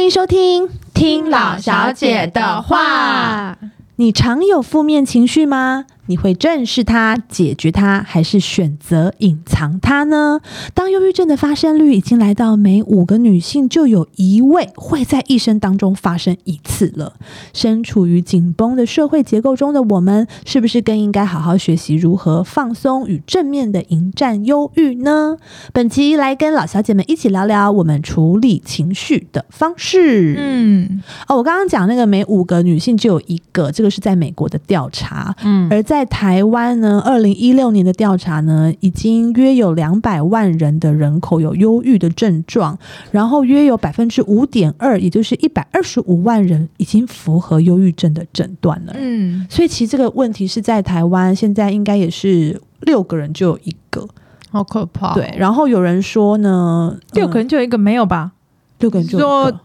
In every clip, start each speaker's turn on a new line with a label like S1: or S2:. S1: 迎收听《
S2: 听老小姐的话》。
S1: 你常有负面情绪吗？你会正视它、解决它，还是选择隐藏它呢？当忧郁症的发生率已经来到每五个女性就有一位会在一生当中发生一次了。身处于紧绷的社会结构中的我们，是不是更应该好好学习如何放松与正面的迎战忧郁呢？本期来跟老小姐们一起聊聊我们处理情绪的方式。
S2: 嗯
S1: 哦，我刚刚讲那个每五个女性就有一个，这个是在美国的调查，
S2: 嗯，
S1: 而在台湾呢，二零一六年的调查呢，已经约有两百万人的人口有忧郁的症状，然后约有百分之五点二，也就是一百二十五万人已经符合忧郁症的诊断了。
S2: 嗯，
S1: 所以其实这个问题是在台湾现在应该也是六个人就有一个，
S2: 好可怕。
S1: 对。，然后有人说呢，
S2: 哦六个
S1: 嗯
S2: 人就有一个没有吧？
S1: 六个人就有一个
S2: 说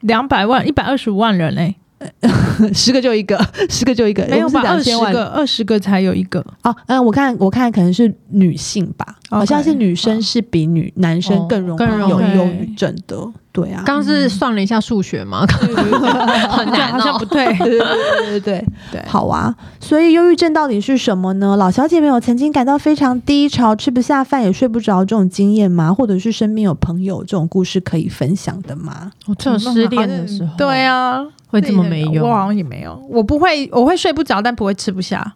S2: 两百万、一百二十五万人嘞、
S1: 十个就一个， 十个就一个，
S2: 没有
S1: 我们
S2: 吧？
S1: 是
S2: 二十
S1: 2000万人
S2: 个，二十个才有一个。
S1: 哦，嗯，我看我看可能是女性吧
S2: OK，
S1: 好像是女生
S2: 好
S1: 是比女男生更容
S3: 更
S1: 易
S3: 容
S1: 有
S2: 易
S1: 忧郁症的，对 啊，
S3: 刚是算了一下数学嘛，
S1: 哦
S3: 很
S2: 这样
S3: 难
S2: 好像不
S3: 哦。
S1: 对
S2: 对。
S1: 对对对对
S2: 对
S1: 好啊。所以忧郁症到底是什么呢？老小姐们有曾经感到非常低潮、吃不下饭也睡不着这种经验吗？或者是身边有朋友这种故事可以分享的吗？
S3: 我只哦有失恋的时候，
S2: 对，啊，
S3: 会这么没用
S2: 我好像也没有，我不会，我会睡不着，但不会吃不下。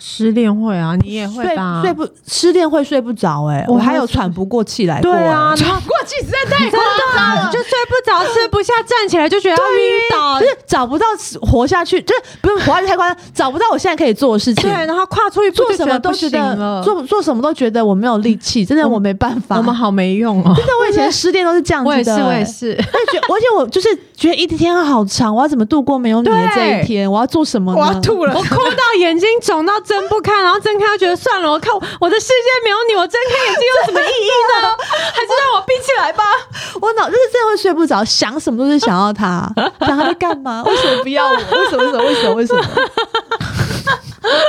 S3: 失恋会啊，你也会
S1: 睡
S3: 吧？
S1: 睡不失恋会睡不着，哎，我
S3: 我
S1: 还
S3: 会
S1: 有
S3: 睡
S1: 喘不过气来过，
S3: 对啊
S1: 哎，
S3: 然 后
S2: 过去实在
S3: 真
S2: 太
S3: 的啊就睡不着，吃不下，站起来就觉得要晕倒
S1: 不。是找不到活下去，就是不是活下去太夸张，找不到我现在可以做的事情
S3: 对，。然后跨出一步
S1: 做
S3: 就
S1: 什
S3: 觉
S1: 么
S3: 得
S1: 都
S3: 不
S1: 觉
S3: 行
S1: 得
S3: 了
S1: 做做什么都觉得我没有力气，真的
S3: 我
S1: 我没办法。
S3: 我们好没用哦。
S1: 但我以前失恋都是这样子的、
S3: 我也是，我也是，
S1: 欸我也觉得，而且我就是觉得一天好长，我要怎么度过没有你的这一
S2: 对
S1: 天？我要做什么呢？
S2: 我要吐了
S3: 我。哭到眼睛肿到睁不开，然后睁开又觉得算了，我看我我的世界没有你，我睁开眼睛有什么意义 呢？还是让我闭起来吧。
S1: 我脑就是真的会睡不着，想什么都是想要他，想他在干 嘛？为什么不要我？为什么？为什么？为什么？为什么？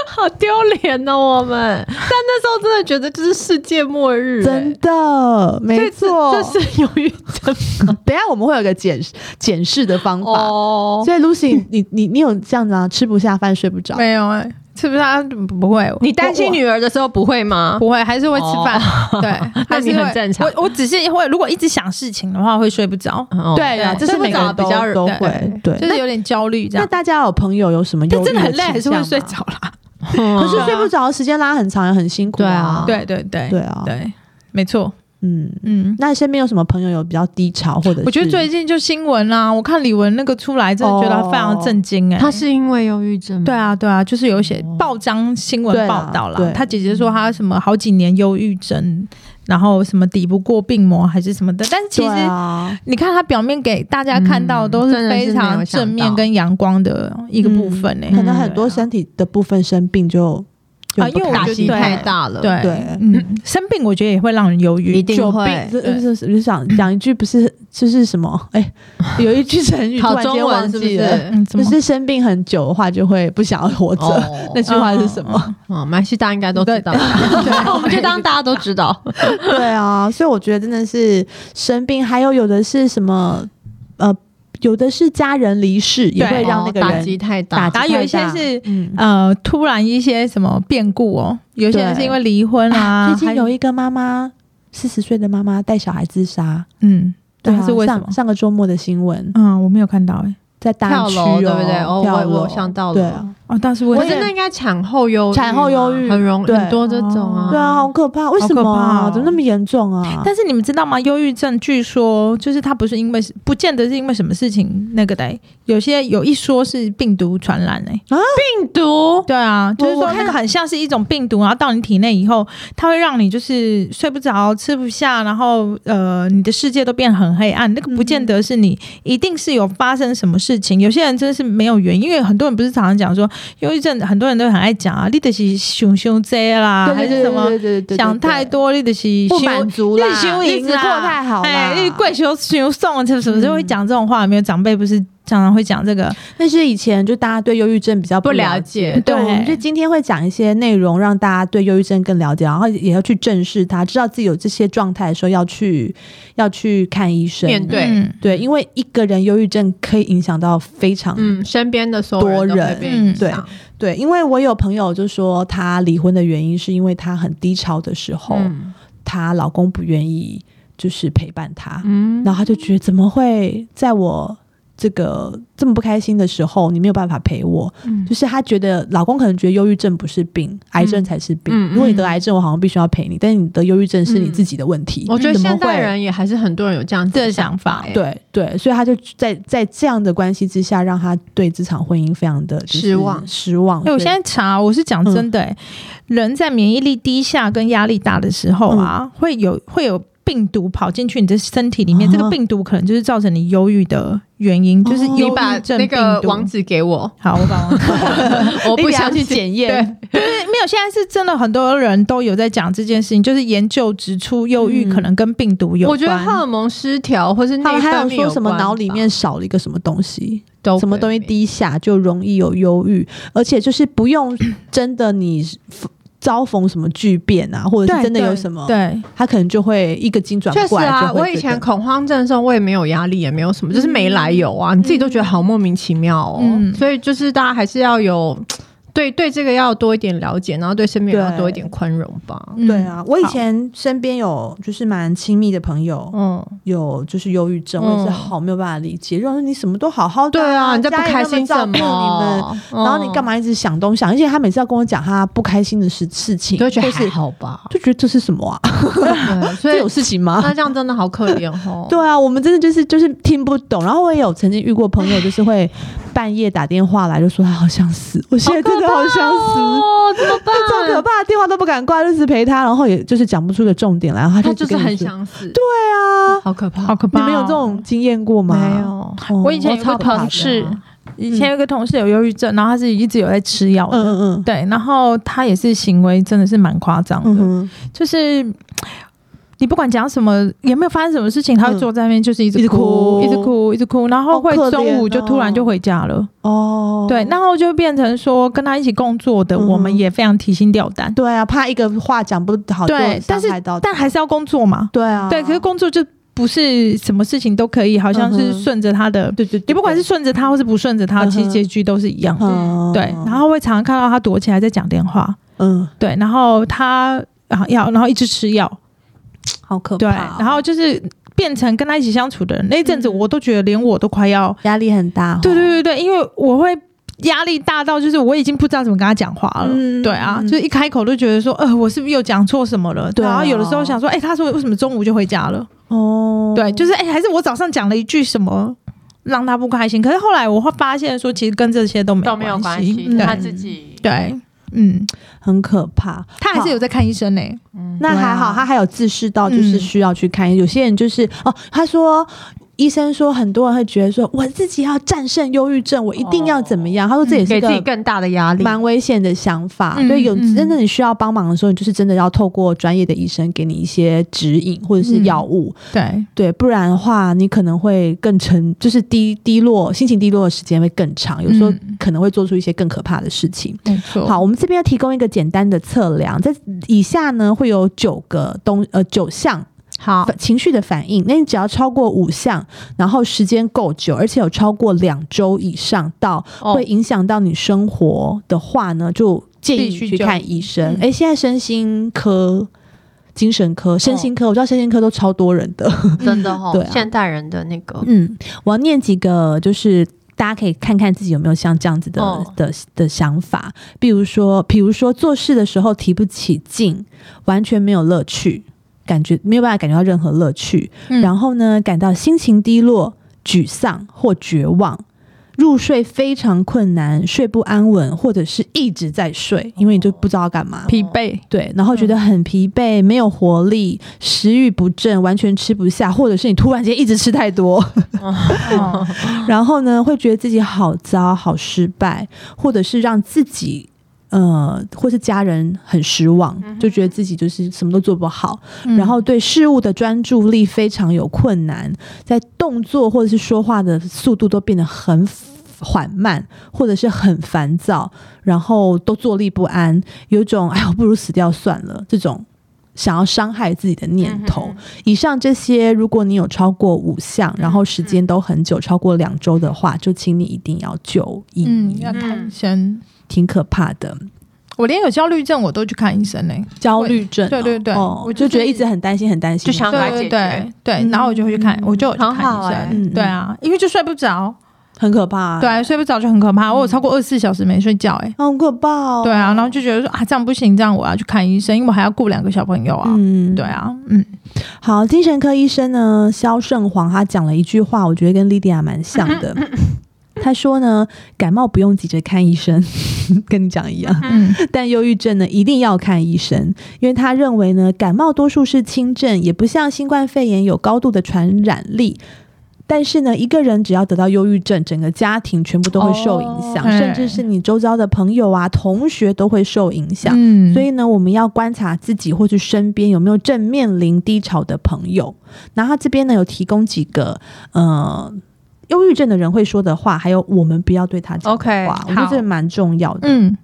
S3: 好丢脸哦，我们。但那时候真的觉得就是世界末日、
S1: 真
S3: 欸
S1: 的，
S3: 所
S1: 没
S3: 以这
S1: 错。
S3: 这是忧郁症
S1: 等一下我们会有一个检检视的方法。
S3: 哦。
S1: 所以，Lucy，你 你你有这样子啊？吃不下饭，睡不着，
S2: 没有哎、吃不下不会。
S3: 你担心女儿的时候不会吗？
S2: 不会，还是会吃饭。对，还是
S3: 你很
S2: 会
S3: 正常
S2: 我我只是会，如果一直想事情的话，会睡不着，
S3: 哦
S1: 对啊，
S2: 对
S1: 这是
S2: 睡不
S1: 每个
S2: 着
S1: 人
S2: 比
S1: 都
S2: 较
S1: 都
S2: 对
S1: 会对。
S2: 就是有点焦虑这
S1: 那
S2: 样。
S1: 大家有朋友有什么忧
S2: 但
S1: 郁
S2: 真的很累，还
S1: 倾
S2: 是
S1: 向吗
S2: 会睡着啦。
S1: 可是
S2: 嗯
S1: 睡不着的时间拉很长，也很辛苦、啊。
S3: 对
S2: 对对对
S1: 对啊，
S2: 对，没错。
S1: 嗯。
S2: 嗯，
S1: 那身边有什么朋友有比较低潮，或者
S2: 我觉得
S1: 是
S2: 最近就新闻啦、我看李玟那个出来，真的觉得非常震
S1: 哦
S2: 惊哎、
S3: 她是因为忧郁症吗？
S2: 对，啊，对啊，就是有一些报章新闻
S1: 对啊
S2: 报道
S1: 嗯哦对
S2: 啦，她姐姐说她什么好几年忧郁症，然后什么抵不过病魔还是什么的，但是其
S1: 对
S2: 实
S1: 啊，
S2: 你看她表面给大家看到的都
S3: 嗯真的是
S2: 非
S3: 没
S2: 常
S3: 有想到
S2: 正面跟阳光的一个部分呢、欸哎
S1: 可能
S3: 嗯
S1: 很多身体的部分生病就就
S2: 啊
S1: 很不
S2: 因为我
S1: 开
S3: 打
S2: 觉
S1: 心
S2: 得
S3: 击太大了。啊
S2: 对
S1: 对
S2: 嗯，生病我觉得也会让人忧郁，
S3: 一定
S2: 久
S3: 会
S2: 病
S1: 这
S2: 对
S1: 这是就想讲一句，不是就是什么？哎，有一句成 语突
S3: 考
S1: 然
S3: 中
S1: 间忘
S3: 文是不
S1: 记 了，
S3: 是？
S2: 嗯，
S1: 就
S2: 怎么哦
S1: 是生病很久的话，就会不想要活着。那句话是什么？
S3: 哦，马来西亚大家应该都知道，
S1: 哦
S2: 对
S3: 我们就当大家都知道。
S1: 对啊，所以我觉得真的是生病，还有有的是什么呃，有的是家人离世也会
S2: 对
S1: 让那个
S3: 哦打
S1: 人
S3: 击太
S1: 打
S3: 大
S1: 击，
S2: 然后有一
S1: 太
S2: 些
S1: 大
S2: 是
S1: 嗯。
S2: 呃，突然一些什么变故哦，有些人是因为离婚啊，
S1: 最
S2: 还
S1: 近有一个妈妈，四十岁的妈妈带小孩自杀，
S2: 嗯，
S1: 对
S2: 对
S1: 啊，
S2: 是为什么
S1: 上？上个周末的新闻，
S2: 嗯，我没有看到哎，
S1: 在大
S3: 跳
S1: 安区
S3: 楼
S1: 哦
S3: 对不对？哦，
S1: 跳
S3: 我
S1: 楼
S3: 我想到
S1: 对
S3: 了
S1: 啊，，
S2: 哦，但是
S3: 我
S2: 为
S1: 也
S2: 什
S3: 真
S2: 么？
S3: 的应该产后忧郁嘛，
S1: 产后忧郁
S3: 很容
S1: 对
S3: 很多这种啊。
S1: 对啊，好可怕！为什么
S2: 好可怕
S1: 啊？
S2: 哦
S1: 怎么那么严重啊？
S2: 但是你们知道吗？忧郁症据说就是它不是因为，不见得是因为什么事情那个的欸，有些有一说是病毒传染哎，
S3: 病毒
S2: 对啊，就是
S1: 我
S2: 说
S1: 看
S2: 那个很像是一种病毒，然后到你体内以后，它会让你就是睡不着、吃不下，然后呃，你的世界都变很黑暗。那个不见得是你，一定是有发生什么事情。有些人真的是没有原因，因为很多人不是常常讲说，忧郁症，很多人都很爱讲啊，你的是熊熊 J 啦，啊还
S1: 对对
S2: 是什么
S1: 对对对对，
S2: 想太多，你的是
S1: 不满足啦
S2: 日，修
S1: 日
S2: 营
S1: 子过太好啦，嗯
S2: 哎，你跪求求送什么什么，就会讲这种话。有没有长辈不是常常会讲这个，
S1: 但是以前就大家对忧郁症比较
S3: 不
S1: 了
S3: 了解
S1: 对，
S2: 对
S1: 我们就今天会讲一些内容，让大家对忧郁症更了解，然后也要去正视它，知道自己有这些状态的时候，要去要去看医生。
S3: 面对
S2: 嗯
S1: 对，因为一个人忧郁症可以影响到非常、
S3: 嗯，身边的所有人都会被影响
S1: 多人对，因为我有朋友就说她离婚的原因是因为她很低潮的时候，
S3: 嗯
S1: 她老公不愿意就是陪伴她，
S3: 嗯
S1: 然后她就觉得怎么会在我这个这么不开心的时候，你没有办法陪我，
S3: 嗯
S1: 就是她觉得老公可能觉得忧郁症不是病，癌症才是病。
S3: 嗯嗯嗯
S1: 如果你得癌症，我好像必须要陪你，但是你得忧郁症是你自己的问题。
S3: 我觉得
S1: 怎么
S3: 现代
S1: 会
S3: 人也还是很多人有这样子
S2: 这
S3: 的
S2: 个
S3: 想
S2: 想
S3: 法
S2: 法
S3: 欸，
S1: 对对，所以她就在在这样的关系之下，让她对这场婚姻非常的就是
S3: 失望
S1: 失望。
S2: 哎、我
S1: 对
S2: 现在查，我是讲真
S1: 嗯
S2: 的、欸人在免疫力低下跟压力大的时候啊，
S1: 嗯
S2: 会有会有病毒跑进去你的身体里面，
S1: 啊
S2: 这个病毒可能就是造成你忧郁的原因，就是
S1: 哦
S2: 忧
S3: 你把
S2: 郁症
S3: 那
S2: 病毒。
S3: 个网址给 我，
S2: 好，我把网址
S3: 我
S1: 哎你
S3: 不
S1: 俩
S3: 想
S1: 去检验，
S2: 对没有，现在是真的很多人都有在讲这件事情，就是研究指出忧郁
S1: 嗯
S2: 可能跟病毒有
S3: 我
S2: 关。
S3: 觉得荷尔蒙失调或是内
S1: 他们还
S3: 分
S1: 有
S3: 泌有
S1: 说什么
S3: 关
S1: 脑里
S3: 吧
S1: 面少了一个什么东西，
S3: 都
S1: 什么
S3: 会
S1: 东西
S3: 被
S1: 低下就容易有忧郁，而且就是不用真的你遭逢什么巨变啊，或者是
S2: 对
S1: 真的有
S2: 对
S1: 什么，
S2: 对，
S1: 他可能就会一个精转
S3: 确实
S1: 过来。
S3: 啊，
S1: 就会
S3: 我以
S1: 觉得嗯
S3: 前恐慌症的时候，我也没有压力，也没有什么，就是没来由啊，你自己都觉得好莫名其妙哦。
S2: 嗯
S3: 所以就是大家还是要有对对这个要多一点了解，然后对身边人要
S1: 对
S3: 多一点宽容吧。
S2: 嗯
S1: 对，啊，我以
S3: 好
S1: 前身边有就是蛮亲密的朋友。
S3: 嗯，
S1: 有就是忧郁症，我也是
S3: 嗯
S1: 好没有办法理解。然后你什么都好好的、
S3: 对啊，你在
S1: 在
S3: 不开心
S1: 照
S3: 什
S1: 顾你们，
S3: 么？嗯
S1: 然后你干
S3: 嘛？
S1: 嘛一直想东想？而且他每次要跟我讲他不开心的事事情，
S3: 你就会觉得
S1: 或
S3: 还
S1: 是
S3: 好吧
S1: ？就觉得这是什么啊？
S3: 对，嗯所
S1: 这
S3: 以啊
S1: 有事情吗？
S3: 那这样真的好可怜哦。
S1: 对啊，我们真的就是就是听不懂。然后我也有曾经遇过朋友，就是会半夜打电话来，就说他哎好想死，我现在真的好想死，
S3: 哦，怎么办？
S1: 超可怕，电话都不敢挂，就是陪他，然后也就是讲不出个重点来，然后
S3: 他
S1: 他
S3: 就
S1: 就是跟你
S3: 很
S1: 说
S3: 想死，
S1: 对啊。
S3: 好可怕，
S2: 好可怕、
S1: 你们有这？种经验过吗？
S3: 没有。
S1: 哦，
S2: 我以前有
S1: 超
S2: 个
S1: 怕的啊
S2: 同事，以前有个同事有忧郁症，然后他是一直有在吃药的。
S1: 嗯嗯
S2: 对，然后他也是行为真的是蛮夸张
S1: 嗯
S2: 的，
S1: 嗯哼，
S2: 就是你不管讲什么，也没有发生什么事情，他会坐在那边就是一直哭，
S1: 嗯一
S2: 一
S1: 直哭
S2: 直哭，一直哭，然后会
S1: 好可怜
S2: 中午就
S1: 哦
S2: 突然就回家了。
S1: 哦，
S2: 对，然后就变成说跟他一起工作的，
S1: 嗯
S2: 我们也非常提心吊胆，
S1: 对啊，怕一个话讲不好，就
S2: 对但
S1: 伤
S2: 是
S1: 害到他，
S2: 但还是要工作嘛。
S1: 对啊，
S2: 对，可是工作就不是什么事情都可以，好像
S1: 嗯
S2: 是
S1: 哼
S2: 顺着他的，
S1: 对对，对
S2: 你不管是顺着他或是不顺着
S1: 嗯
S2: 他，
S1: 哼
S2: 其实结局都是一样的。
S1: 嗯
S2: 对，然后会常常看到他躲起来在讲电话，
S1: 嗯，
S2: 对，然后他啊药，然后一直吃药，
S1: 好可
S2: 对，
S1: 怕哦，
S2: 然后就是变成跟他一起相处的人，那一阵子
S3: 嗯
S2: 我都觉得连我都快要，
S1: 压力很大哦，
S2: 对对对对，因为我会压力大到就是我已经不知道怎么跟他讲话了。
S1: 嗯
S2: 对啊，
S1: 嗯
S2: 就是一开口都觉得说，呃，我是不是又讲错什么了？
S1: 对啊
S2: 然后有的时候想说，哎、他说为什么中午就回家了？
S1: 哦，
S2: 对，就是哎、还是我早上讲了一句什么让他不开心。可是后来我会发现说，其实跟这些都没
S4: 都没有关系，
S2: 对
S4: 他自己
S2: 对，嗯，
S1: 很可怕。
S2: 他还是有在看医生呢、
S1: 嗯那还好，
S2: 对啊
S1: 他还有自视到就是需要去看。有些人就是哦，他说。医生说，很多人会觉得说，我自己要战胜忧郁症，我一定要怎么样？他说这也是
S4: 嗯
S3: 给自己
S1: 个
S3: 更大的压力。
S1: 蛮危险的想法。
S2: 嗯
S1: 对，有
S2: 嗯
S1: 真的你需要帮忙的时候，你就是真的要透过专业的医生给你一些指引或者是
S2: 嗯
S1: 药物，
S2: 对，
S1: 对，不然的话你可能会更沉，就是低低落，心情低落的时间会更长，有时候
S2: 嗯哦
S1: 可能会做出一些更可怕的事情。
S2: 没错。
S1: 好，我们这边要提供一个简单的测量，在以下呢会有九个东呃九项
S3: 好，
S1: 反情绪的反应，那你只要超过五项，然后时间够久，而且有超过两周以上到
S3: 哦
S1: 会影响到你生活的话呢，就建议你
S2: 必须
S1: 去
S2: 就
S1: 看医生。
S2: 嗯
S1: 哎、现在身心科、精神科、身心科，我知道身心科都超多人的。
S4: 真的哦
S1: 对啊
S4: 现代人的那个
S1: 嗯，我要念几个，就是大家可以看看自己有没有像这样子的、
S4: 哦
S1: 的的想法，比如说，比如说做事的时候提不起劲，完全没有乐趣，感觉没有办法感觉到任何乐趣，
S2: 嗯
S1: 然后呢，感到心情低落、沮丧或绝望。入睡非常困难，睡不安稳，或者是一直在睡，因为你就不知道要干嘛。
S2: 疲惫，
S1: 对，然后觉得很疲惫，没有活力，食欲不振，完全吃不下，或者是你突然间一直吃太多，
S2: 哦
S1: 然后呢，会觉得自己好糟、好失败，或者是让自己呃或是家人很失望，就觉得自己就是什么都做不好，
S2: 嗯
S1: 然后对事物的专注力非常有困难，在动作或者是说话的速度都变得很缓慢，或者是很烦躁，然后都坐立不安，有一种哎呦不如死掉算了这种想要伤害自己的念头。
S2: 嗯
S3: 嗯
S1: 以上这些，如果你有超过五项，然
S2: 嗯
S1: 后时间都很久，超过两周的话，就请你一定要就医，
S2: 嗯，要看医生。
S1: 挺可怕的。
S2: 我连有焦虑症我都去看医生呢、
S1: 焦虑症哦、
S2: 对对对
S1: 哦、
S2: 我
S1: 我
S2: 就
S1: 就觉得
S2: 是
S1: 一直很担心，很担心，
S4: 就想赶快
S2: 对
S4: 解
S2: 对
S4: 决
S2: 对对，
S1: 嗯
S2: 然后我就会去看，我就有去看
S4: 很
S2: 医
S4: 好
S2: 生。
S4: 欸
S1: 嗯
S2: 对啊，因为就睡不着，
S1: 很可怕、啊，，
S2: 对，睡不着就很可怕。我有超过二十四小时没睡觉、欸，
S1: 好可怕哦。
S2: 对啊，然后就觉得说啊，这样不行，这样我要去看医生，因为我还要顾两个小朋友啊。
S1: 嗯
S2: 对啊，嗯，
S1: 好，精神科医生呢，肖胜煌他讲了一句话，我觉得跟莉迪亚蛮像 的。他说呢，感冒不用急着看医生， 跟你讲一样。
S2: 嗯，
S1: 但忧郁症呢，一定要看医生，因为他认为呢，感冒多数是轻症，也不像新冠肺炎有高度的传染力。但是呢，一个人只要得到忧郁症，整个家庭全部都会受影响，
S2: 哦
S1: 甚至是你周遭的朋友啊、同学都会受影响。
S2: 嗯
S1: 所以呢，我们要观察自己或是身边有没有正面临低潮的朋友。然后他这边呢有提供几个呃忧郁症的人会说的话，还有我们不要对他讲的
S3: OK，
S1: 话我觉得
S3: 好
S1: 这蛮重要的。
S2: 嗯，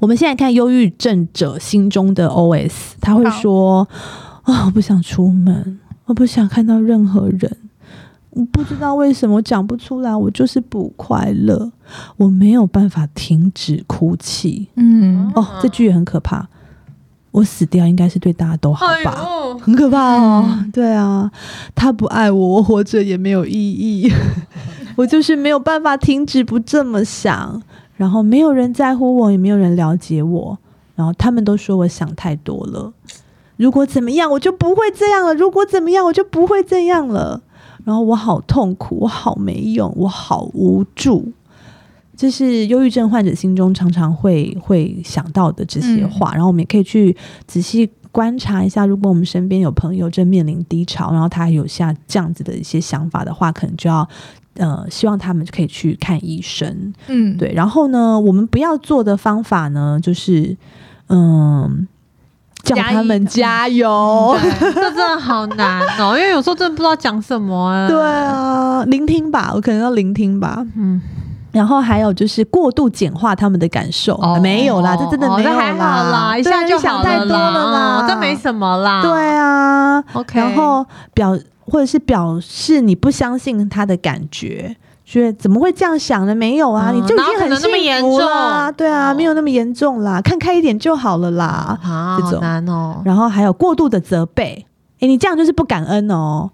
S1: 我们现在看忧郁症者心中的 OS，他会说：“啊、我不想出门，我不想看到任何人，我不知道为什么我讲不出来，我就是不快乐，我没有办法停止哭泣。”
S2: 嗯，
S1: 哦，这句也很可怕。我死掉应该是对大家都好
S3: 哎
S1: 吧？
S3: 呦，嗯
S1: 很可怕哦，对啊，他不爱我，我活着也没有意 义，我就是没有办法停止不这么想，然后没有人在乎我，也没有人了解我，然后他们都说我想太多了，如果怎么样我就不会这样了，如果怎么样我就不会这样了，然后我好痛苦，我好没用，我好无助。这是忧郁症患者心中常常会会想到的这些话，然后我们也可以去仔细观察一下，如果我们身边有朋友正面临低潮，然后他有下这样子的一些想法的话，可能就要呃，希望他们可以去看医生。
S2: 嗯，
S1: 对，然后呢，我们不要做的方法呢，就是嗯，叫
S2: 加一
S1: 他们
S2: 的
S1: 加油。
S4: 嗯
S3: 对
S4: 这真的好难哦，因为有时候真的不知道讲什么 啊。
S1: 对啊，聆听吧，我可能要聆听吧。
S4: 嗯，
S1: 然后还有就是过度简化他们的感受，
S4: 哦
S1: 呃没有啦，这真的
S4: 哦
S1: 没有
S4: 那还好啦，一下
S1: 对
S4: 就
S1: 想
S4: 好
S1: 太多了
S4: 啦，
S1: 啦，
S4: 哦这没什么啦。
S1: 对啊，
S4: ，OK。
S1: 然后表或者是表示你不相信他的感觉，觉得怎么会这样想呢？没有啊，
S4: 嗯
S1: 你就已经
S4: 哪有可
S1: 很
S4: 能那么
S1: 幸福啦，
S4: 严重
S1: 对啊，
S4: 哦
S1: 没有那么严重啦，看开一点就好了啦。
S4: 啊，
S1: 这
S4: 好
S1: 种
S4: 难哦。
S1: 然后还有过度的责备，诶，你这样就是不感恩哦，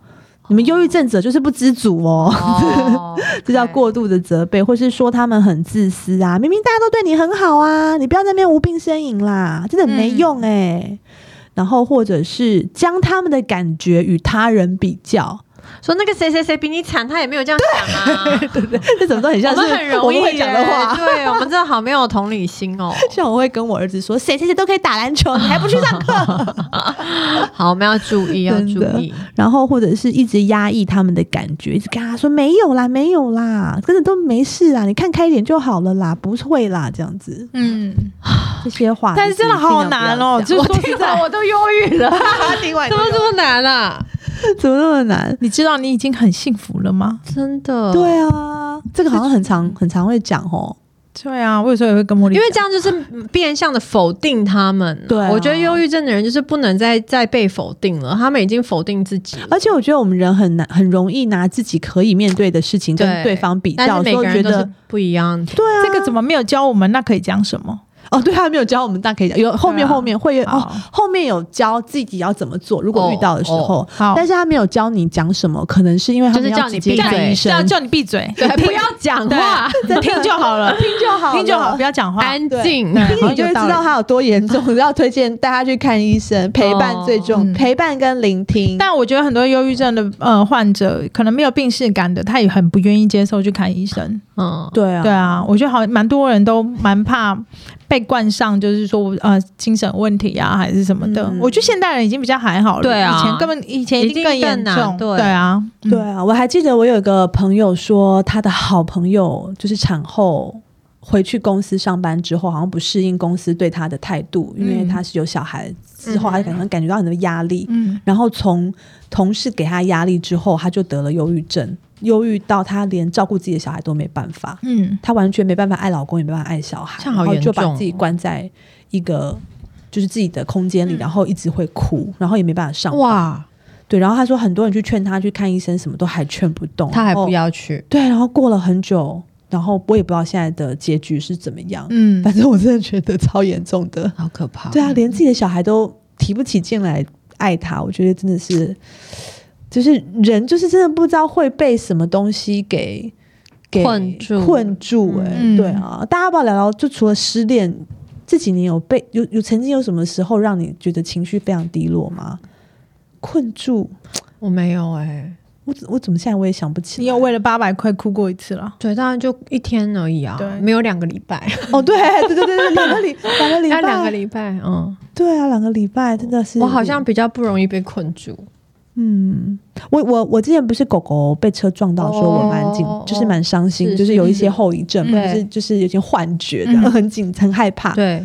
S1: 你们忧郁症者就是不知足哦。
S4: 哦
S1: 这叫过度的责备，或是说他们很自私啊！明明大家都对你很好啊，你不要在那边无病呻吟啦，真的很没用哎、然后或者是将他们的感觉与他人比较，
S4: 说那个谁谁谁比你惨，他也没有这样想啊。
S1: 这怎么都很像
S4: 我
S1: 是
S4: 们很
S1: 我
S4: 容易
S1: 们会讲的
S4: 耶
S1: 话。
S4: 对我们真的好没有同理 心哦。
S1: 像我会跟我儿子说，谁谁谁都可以打篮球，你还不去上课？
S4: 好，我们要注意，要
S1: 真
S4: 注
S1: 的
S4: 意。
S1: 然后或者是一直压抑他们的感觉，一直跟他说没有啦，没有啦，真的都没事啦，你看开一点就好了啦，不会啦，这样子
S2: 嗯，
S1: 这些话，
S2: 但是真的好难哦，
S1: 就是
S2: 就
S1: 尽量
S2: 是
S1: 不要
S2: 说实在，
S4: 我都忧 郁了，
S1: 讲听完
S3: 怎么这么难啊？
S1: 怎么那么难？
S2: 你知道你已经很幸福了吗？
S4: 真的。
S1: 对啊，这个好像很常很常会讲哦。
S2: 对啊，我有时候也会跟茉莉
S3: 因
S2: 讲，
S3: 为这样就是变相的否定他们。
S1: 对啊
S3: 我觉得忧郁症的人就是不能再再被否定了，他们已经否定自己了。
S1: 而且我觉得我们人很难很容易拿自己可以面对的事情跟
S3: 对
S1: 对方比
S3: 但是
S1: 较，所
S3: 每
S1: 以
S3: 个
S1: 我
S3: 人
S1: 觉
S3: 都
S1: 得
S3: 是不一样的。
S1: 对啊，
S2: 这个怎么没有教我们？那可以讲什么？
S1: 哦，对，他没有教我们，大家可以讲有后面
S2: 对啊
S1: 后面会有哦
S2: 好，
S1: 后面有教自己要怎么做，如果遇到的时候。
S2: 好，
S1: 但是他没有教你讲什么，可能是因为他们
S4: 就是
S1: 要
S4: 叫你
S1: 直接
S4: 闭
S2: 叫
S1: 看
S4: 嘴
S1: 医
S2: 你叫
S1: 生，
S2: 啊 叫你闭嘴，
S3: 对，
S2: 听
S3: 不要讲
S2: 对
S3: 话，
S2: 听就好了，
S1: 哦听就好了
S2: 听就好，不要讲话。
S4: 哎
S3: 安静。
S2: 对
S1: 听你就会知道他有多严重，要推荐带他去看医生，陪伴最重，
S2: 嗯
S1: 陪伴跟聆听。
S2: 但我觉得很多忧郁症的呃患者，可能没有病逝感的，他也很不愿意接受去看医生。
S3: 嗯，
S1: 对啊
S2: 对，啊，我觉得好蛮多人都蛮怕被冠上，就是说呃精神问题啊，还是什么的。
S1: 嗯
S2: 我觉得现代人已经比较还好了，
S3: 对啊
S2: 以前根本以前一定更严
S3: 一定更
S2: 重，
S3: 难对
S2: 啊，嗯
S1: 对啊，我还记得我有一个朋友说，他的好朋友就是产后回去公司上班之后，好像不适应公司对他的态度，因为
S2: 嗯
S1: 他是有小孩之后，他可能感觉到很多压力，
S2: 嗯，
S1: 然后从同事给他压力之后，他就得了忧郁症，忧郁到他连照顾自己的小孩都没办法，
S2: 嗯，
S1: 她完全没办法爱老公，也没办法爱小孩，
S4: 这
S1: 然
S4: 样好
S1: 后
S4: 严
S1: 就把
S4: 重
S1: 自己
S4: 哦
S1: 关在一个就是自己的空间里，然后一直会哭，然后也没办法上班。
S4: 嗯哇，
S1: 对，然后她说很多人去劝她去看医生，什么都还劝不动，
S4: 他还
S1: 然后
S4: 不。要去，
S1: 对，然后过了很久，然后我也不知道现在的结局是怎么样。
S2: 嗯，
S1: 反正我真的觉得超严重的。
S4: 好可怕。
S1: 对啊，连自己的小孩都提不起劲来爱他，我觉得真的是，就是人就是真的不知道会被什么东西给给
S4: 困住
S1: 困住哎、
S2: 嗯
S1: 对啊，大家要不要聊聊？就除了失恋，这几年有被有有曾经有什么时候让你觉得情绪非常低落吗？困住，
S4: 我没有哎、
S1: 我怎我怎么现在我也想不起来？
S2: 你有为了八百块哭过一次了？
S4: 对，当然就一天而已啊，
S2: 对
S4: 没有两个礼拜，
S1: 哦，对对对对对，两个礼两个礼拜，
S4: 要两个礼拜，嗯，
S1: 对啊，两个礼拜真的是
S4: 我好像比较不容易被困住，
S1: 嗯，我我我之前不是狗狗被车撞到，说我蛮紧，
S4: 哦
S1: 就是蛮伤心，
S4: 是
S1: 就是有一些
S4: 是
S1: 后遗症，
S2: 嗯
S1: 或者是就是有些幻觉这样，
S2: 嗯
S1: 很紧很害怕。
S4: 对，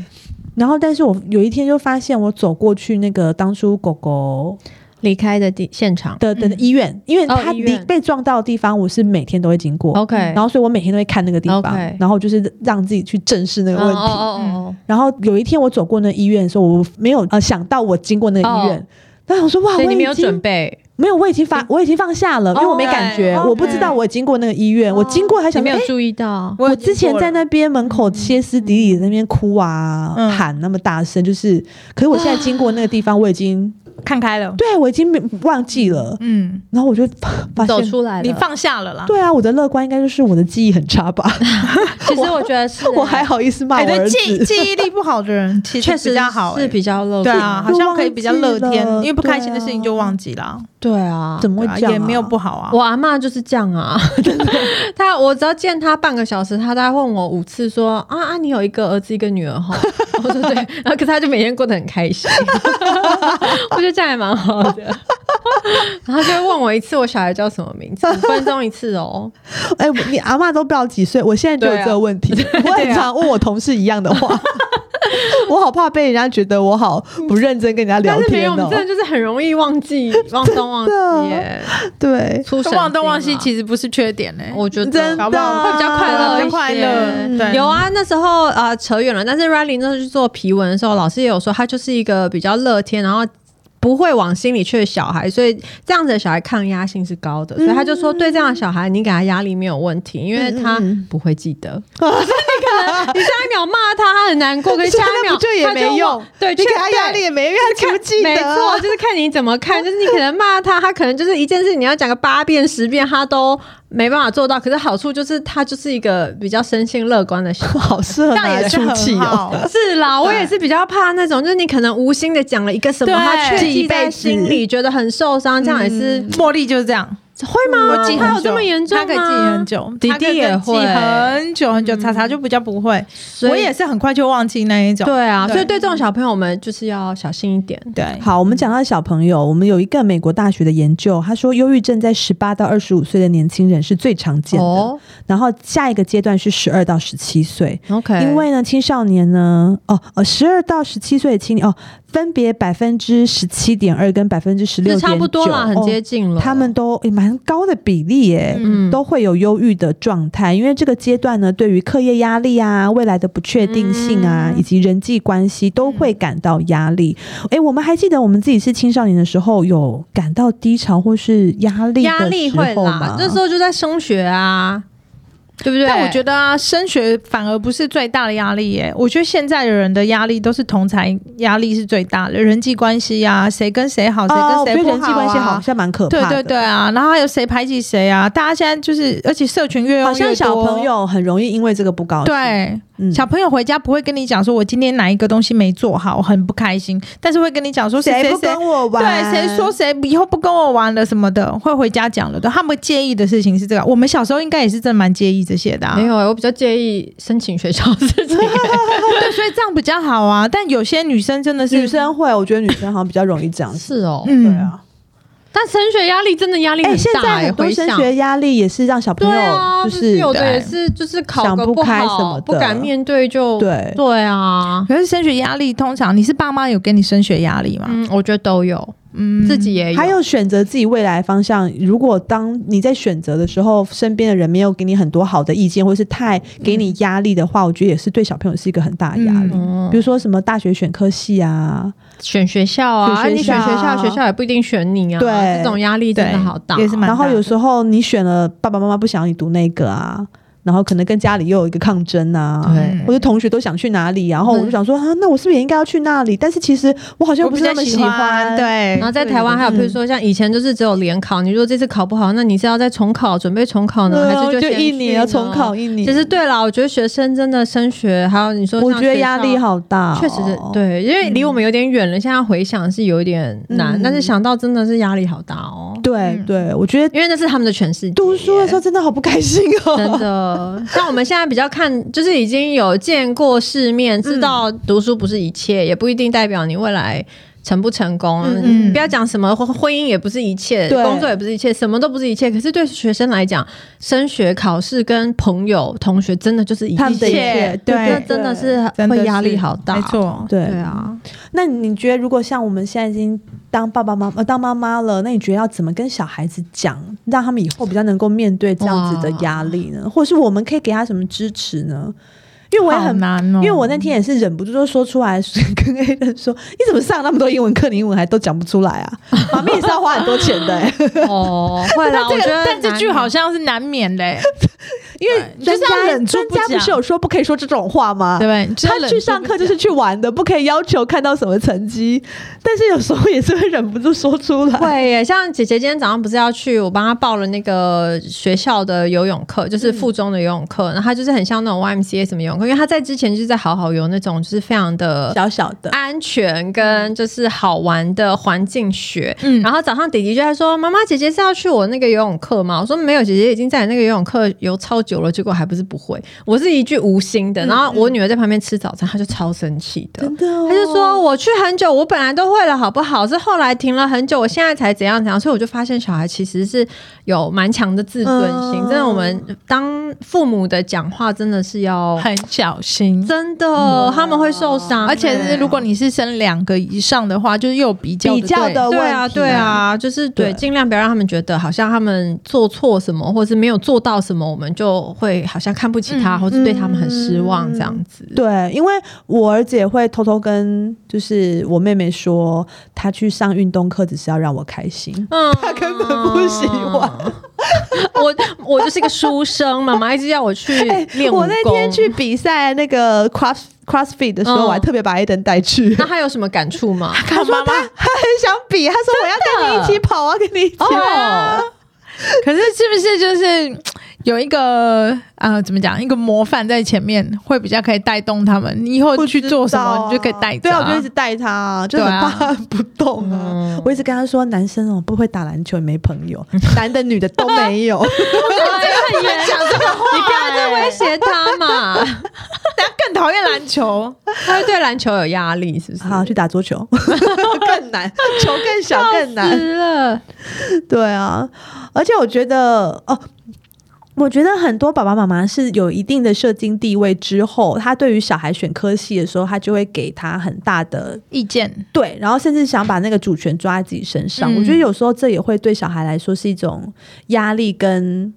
S1: 然后，但是我有一天就发现，我走过去那个当初狗狗
S4: 离开的地现场
S1: 的的的
S2: 嗯
S1: 医院，因为
S4: 哦
S1: 它
S4: 医
S1: 离
S4: 院
S1: 被撞到的地方，我是每天都会经过，
S4: ，OK，
S1: 然后所以我每天都会看那个地方
S4: OK，
S1: 然后就是让自己去正视那个
S4: 哦
S1: 问
S4: 哦
S1: 题。嗯
S4: 哦哦，
S1: 然后有一天我走过那医院的时候，我没有呃想到我经过那个医院
S4: 哦，
S1: 但我说哇，
S4: 所以
S1: 啊我
S4: 你
S1: 已
S4: 没有
S1: 经
S4: 准备，
S1: 没有，我已经放，我已经放下了，因为我没感觉，
S2: OK，OK
S1: 我不知道我经过那个医院，我经过还
S4: 哦你
S1: 想
S4: 没
S1: 说，
S4: 有
S1: 诶
S4: 注意到，
S2: 我
S1: 我
S2: 已经
S1: 之前
S2: 过
S1: 在
S2: 了
S1: 那边门口歇斯底里在那边哭啊、
S2: 嗯
S1: 喊那么大声，就是，可是我现在经过那个地方，我已经，
S2: 看开了，
S1: 对我已经没忘记了，
S2: 嗯，
S1: 然后我就发发
S4: 走
S1: 现，
S4: 出来了。
S2: 啊你放下了啦。
S1: 对啊，我的乐观应该就是我的记忆很差吧，
S4: 其实我觉得 是 欸，
S1: 我还好意思骂
S2: 哎，
S1: 我
S2: 对，
S1: 儿
S2: 记
S1: 子，
S2: 记忆力不好 的人其
S4: 确
S2: 实
S4: 实
S2: 比较好，
S4: 是
S2: 哎
S4: 比较乐
S2: 对
S4: 观
S2: 啊，好像可以比较乐天
S1: 都忘记，了
S2: 因为不开心的事情就忘记了，
S4: 对啊，
S1: 怎么会
S2: 对啊
S1: 这样啊、
S2: 也没有不好啊。
S4: 我阿嬷就是这样 啊， 她我只要见她半个小时，她大概问我五次说啊啊，你有一个儿子一个女儿哈， 我说对，然后可是她就每天过得很开心， 我觉得这样也蛮好的。然后她就会问我一次我小孩叫什么名字，五分钟一次哦，
S1: 哎、你阿嬷都不知道几岁，我现在就有
S4: 啊
S1: 这个问 题，我很常问我同事一样的话， 我好怕被人家觉得我好不认真跟人家聊
S4: 嗯但是没
S1: 天
S4: 有，我
S1: 哦
S4: 们、真的就是很容易忘记忘东忘西耶，
S1: 对，
S4: 出神经啊
S2: 忘东忘西其实不是缺点哎嘞，
S4: 我觉得
S1: 真的
S2: 搞不好
S1: 会
S4: 比较快乐一
S2: 比较
S4: 些
S2: 快乐。
S1: 嗯
S2: 对，
S4: 有啊，那时候啊、呃扯远了，但是 Riley 那时候去做皮纹的时候，老师也有说他就是一个比较乐天，然后。不会往心里去的小孩，所以这样子的小孩抗压性是高的，所以他就说对这样的小孩，你给他压力没有问题，因为他
S1: 嗯嗯嗯
S4: 不会记 得。可是你可能你上一秒骂他，他很难过，可是 下
S1: 所以
S4: 一
S1: 那
S4: 秒
S1: 不就也
S4: 他
S1: 没
S4: 忘
S1: 用
S4: 对，
S1: 你给
S4: 确
S1: 他压力也没用，因为他 记不记得、啊
S4: 没错，，就是看你怎么 看。就是你可能骂他，他可能就是一件事，情，你要讲个八遍十遍，他都没办法做到。可是好处就是他就是一个比较生性乐观的小孩。
S1: 好适合
S2: 这
S1: 拿
S2: 样
S1: 来
S2: 也是
S1: 出气
S2: 很
S1: 哦。
S2: 好。
S4: 是啦，我也是比较怕那种，就是你可能无心的讲了一个什么，
S2: 对
S4: 他却
S1: 记一
S4: 记
S1: 辈
S4: 在
S1: 子
S4: 心里，觉得很受伤，这样也是、
S2: 茉莉就是这样，
S4: 嗯会吗？
S2: 我记很
S4: 啊他
S2: 久
S4: 有这么严重
S2: 他
S4: 吗？
S2: 可以记很久，
S4: 弟
S2: 他可以
S4: 弟也会嗯
S2: 记很久很久，查查就比较不会。
S4: 所以
S2: 我也是很快就忘记那一种。
S4: 对啊，
S2: 对
S4: 所以对这种小朋友，我们就是要小心一点。
S2: 对，
S1: 好，我们讲到小朋友，我们有一个美国大学的研究，他说忧郁症在十八到二十五岁的年轻人是最常见的，
S4: 哦
S1: 然后下一个阶段是十二到十七岁，
S4: ，OK，
S1: 因为呢，青少年呢，哦，呃，十二到十七岁的青年哦，分别百分之十七点二跟百分之十六
S4: 这
S1: 点哦
S4: 差不多啦，很接近了。
S1: 他们都诶蛮、高的比例耶，
S2: 嗯
S1: 都会有忧郁的状态，因为这个阶段呢，对于课业压力啊、未来的不确定性啊，
S4: 嗯
S1: 以及人际关系都会感到压力。诶，我们还记得我们自己是青少年的时候，有感到低潮或是压力
S4: 压
S1: 的
S4: 力
S1: 时
S4: 会
S1: 候
S4: 啦
S1: 吗，？
S4: 那时候就在升学啊，对不对？
S2: 但我觉得啊，升学反而不是最大的压力耶、我觉得现在的人的压力都是同才压力是最大的，人际关系呀、谁跟谁好，谁
S1: 哦，我
S2: 跟
S1: 觉得
S2: 谁不好、啊
S1: 人际关系好像蛮可怕
S2: 对
S1: 的。
S2: 对对啊，然后还有谁排挤谁啊？大家现在就是，而且社群越用
S1: 好
S2: 越多
S1: 像小朋友很容易因为这个不高兴。，
S2: 对、
S1: 嗯
S2: 小朋友回家不会跟你讲说我今天哪一个东西没做好，很不开心，但是会跟你讲说谁
S1: 谁
S2: 谁
S1: 不
S2: 谁
S1: 跟我玩？
S2: 对，谁说谁以后不跟我玩了什么的，会回家讲了的。他们介意的事情是这个，我们小时候应该也是真的蛮介意这些的、啊。
S4: 没有、欸，我比较介意申请学校的事情、
S2: 对，所以这样比较好啊。但有些女生真的是
S1: 女，生会？我觉得女生好像比较容易这样子。
S4: 是哦
S2: 嗯，
S1: 对啊，
S3: 但升学压力真的压力
S1: 哎、
S3: 很
S1: 现
S3: 大、
S1: 在
S3: 欸，
S1: 很多
S3: 回
S1: 升
S3: 想
S1: 学压力也是让小朋
S4: 对
S1: 友
S4: 啊，
S1: 就
S4: 就是
S1: 是
S4: 有的也
S1: 对
S4: 是就是考
S1: 想
S4: 个
S1: 不
S4: 好，
S1: 开什么
S4: 不
S1: 的
S4: 敢面对就
S1: 对
S4: 对啊，
S2: 可是升学压力，通常你是爸妈有给你升学压力吗？
S4: 嗯，我觉得都有，
S2: 嗯，
S4: 自己也有，
S1: 还有选择自己未来方向，如果当你在选择的时候，身边的人没有给你很多好的意见，或是太给你压力的话，我觉得也是对小朋友是一个很大的压力。
S4: 嗯
S1: 比如说什么大学选科系啊，
S4: 选学校啊，
S1: 选学
S4: 你选学校，
S1: 校
S4: 学校也不一定选你啊，
S1: 对
S4: 这种压力真的好大，
S2: 对也是蛮
S1: 然后
S2: 大的
S1: 有时候你选了爸爸妈妈不想让你读那个啊，然后可能跟家里又有一个抗争啊。
S4: 对
S2: 嗯
S1: 或者同学都想去哪里，然后我就想说啊，那我是不是也应该要去那里？但是其实我好像
S2: 我
S1: 不
S2: 比
S1: 是
S2: 较
S1: 那么
S2: 喜
S1: 欢，
S2: 对
S4: 然后，在台湾还有，
S1: 嗯
S4: 比如说像以前就是只有联考，你如果这次考不好，那你是要再重考，准备重考呢，
S1: 对啊，
S4: 还是
S1: 就
S4: 先
S1: 一
S4: 去
S1: 年
S4: 呢
S1: 要重考？一年。
S4: 其实对啦，我觉得学生真的升学，还有你说，
S1: 我觉得压力。好大哦、
S4: 确实是对，因为离我们有点远了，现在回想是有一点难，
S1: 嗯
S4: 但是想到真的是压力好大哦，
S1: 对
S2: 嗯
S1: 对，我觉得
S4: 因为那是他们的全世界。
S1: 读书的时候真的好不开心哦。
S4: 真的，像我们现在比较看，就是已经有见过世面，
S1: 嗯
S4: 知道读书不是一切，也不一定代表你未来成不成功。
S2: 嗯
S4: 不要讲什么婚婚姻也不是一切，
S1: 对
S4: 工作也不是一切，什么都不是一切。可是对学生来讲，升学、考试跟朋友、同学，真的就是一
S1: 他们的一
S4: 切
S1: 切，
S2: 对
S4: 那真的是
S2: 真的
S4: 会
S2: 是
S4: 压力好大。
S2: 没，错，
S1: 对
S4: 对。啊，
S1: 那你觉得，如果像我们现在已经当爸爸妈妈、呃当妈妈了，那你觉得要怎么跟小孩子讲，让他们以后比较能够面对这样子的压力
S2: 哦
S1: 呢？或者是我们可以给他什么支持呢？因为我也
S2: 好
S1: 很。
S2: 难哦，
S1: 因为我那天也是忍不住就说出来，跟 A 人说：“你怎么上那么多英文课，你英文还都讲不出来啊？ 妈咪也是要花很多钱的、 欸，
S4: 哦，会啦，我觉得
S2: 但这句好像是难哦免的欸，
S1: 因为专
S2: 对就是要
S1: 家
S2: 忍住
S1: 专
S2: 不
S1: 家不是
S2: 讲
S1: 有说不可以说这种话吗？
S2: 对 不对？就是
S1: 他
S2: 忍
S1: 去
S2: 住
S1: 上
S2: 不
S1: 课就
S2: 讲
S1: 是去玩的，不可以要求看到什么成绩，但是有时候也是会忍不住说出 来。
S4: 会耶，像姐姐今天早上不是要去，我帮她报了那个学校的游泳课，就是附中的游泳课，然后她就是很像那种 YMCA 什么游泳课，因为她在之前就是在好好游那种，就是非常的。
S1: 小小的，
S4: 安全跟就是好玩的环境学，
S2: 嗯
S4: 然后早上弟弟就在说：“妈妈，姐姐是要去我那个游泳课吗？”我说：“没有，姐姐已经在那个游泳课游超久了，结果还不是不会。”我是一句无心的，然后我女儿在旁边吃早餐，她就超生气的，
S1: 真的、哦，
S4: 他就说我去很久，我本来都会了，好不好？是后来停了很久，我现在才怎样怎样，所以我就发现小孩其实是有蛮强的自尊心。
S1: 嗯
S4: 真的，我们当父母的讲话真的是要
S2: 很小心。
S4: 真的，他们会受伤欸、
S2: 而且是，如果你是生两个以上的话，就是又有啊比较
S1: 比较
S2: 对
S1: 的
S4: 对
S1: 问
S4: 啊，
S1: 题
S4: 对，啊，就是对，
S1: 对
S4: 尽量不要让他们觉得好像他们做错什么，或是没有做到什么，我们就会好像看不起他，
S2: 嗯
S4: 或是对他们很失望这样子。
S1: 对，因为我儿子也会偷偷跟就是我妹妹说，他去上运动课只是要让我开心。
S4: 嗯，
S1: 他根本不喜欢。
S4: 我我就是一个书生，妈妈一直要我去
S1: 哎
S4: 练武功。
S1: 我那天去，比赛那个 cross crossfit 的时候，
S4: 嗯啊
S1: 我还特别把 Aiden 带去。
S4: 那他有什么感触吗？
S1: 他说他他很想比，他说我要跟你一起跑，我要跟你一起跑。
S2: 可是是不是就是有一个呃，怎么讲，一个模范在前面，会比较可以带动他们，哦你以后
S1: 不
S2: 去
S1: 知
S2: 做什
S1: 道
S2: 么，
S1: 啊
S2: 你就可以带着、
S1: 对啊，我就一直带他啊，就很
S2: 对
S1: 怕
S2: 啊
S1: 他不动啊。
S4: 嗯
S1: 我一直跟他说，男生哦不会打篮球也没朋友，男的女的都没有，
S4: 很严，讲这个话，你不要再威胁他嘛。
S2: 大家更讨厌篮球，
S4: 他会对篮球有压力，是不是？
S1: 好去打桌 球更难， 球更小更难。
S4: 死了，
S1: 对啊，而且我觉得哦。我觉得很多爸爸妈妈是有一定的社经地位之后，他对于小孩选科系的时候，他就会给他很大的
S2: 意见
S1: 对，然后甚至想把那个主权抓在自己身上。
S2: 嗯
S1: 我觉得有时候这也会对小孩来说是一种压力跟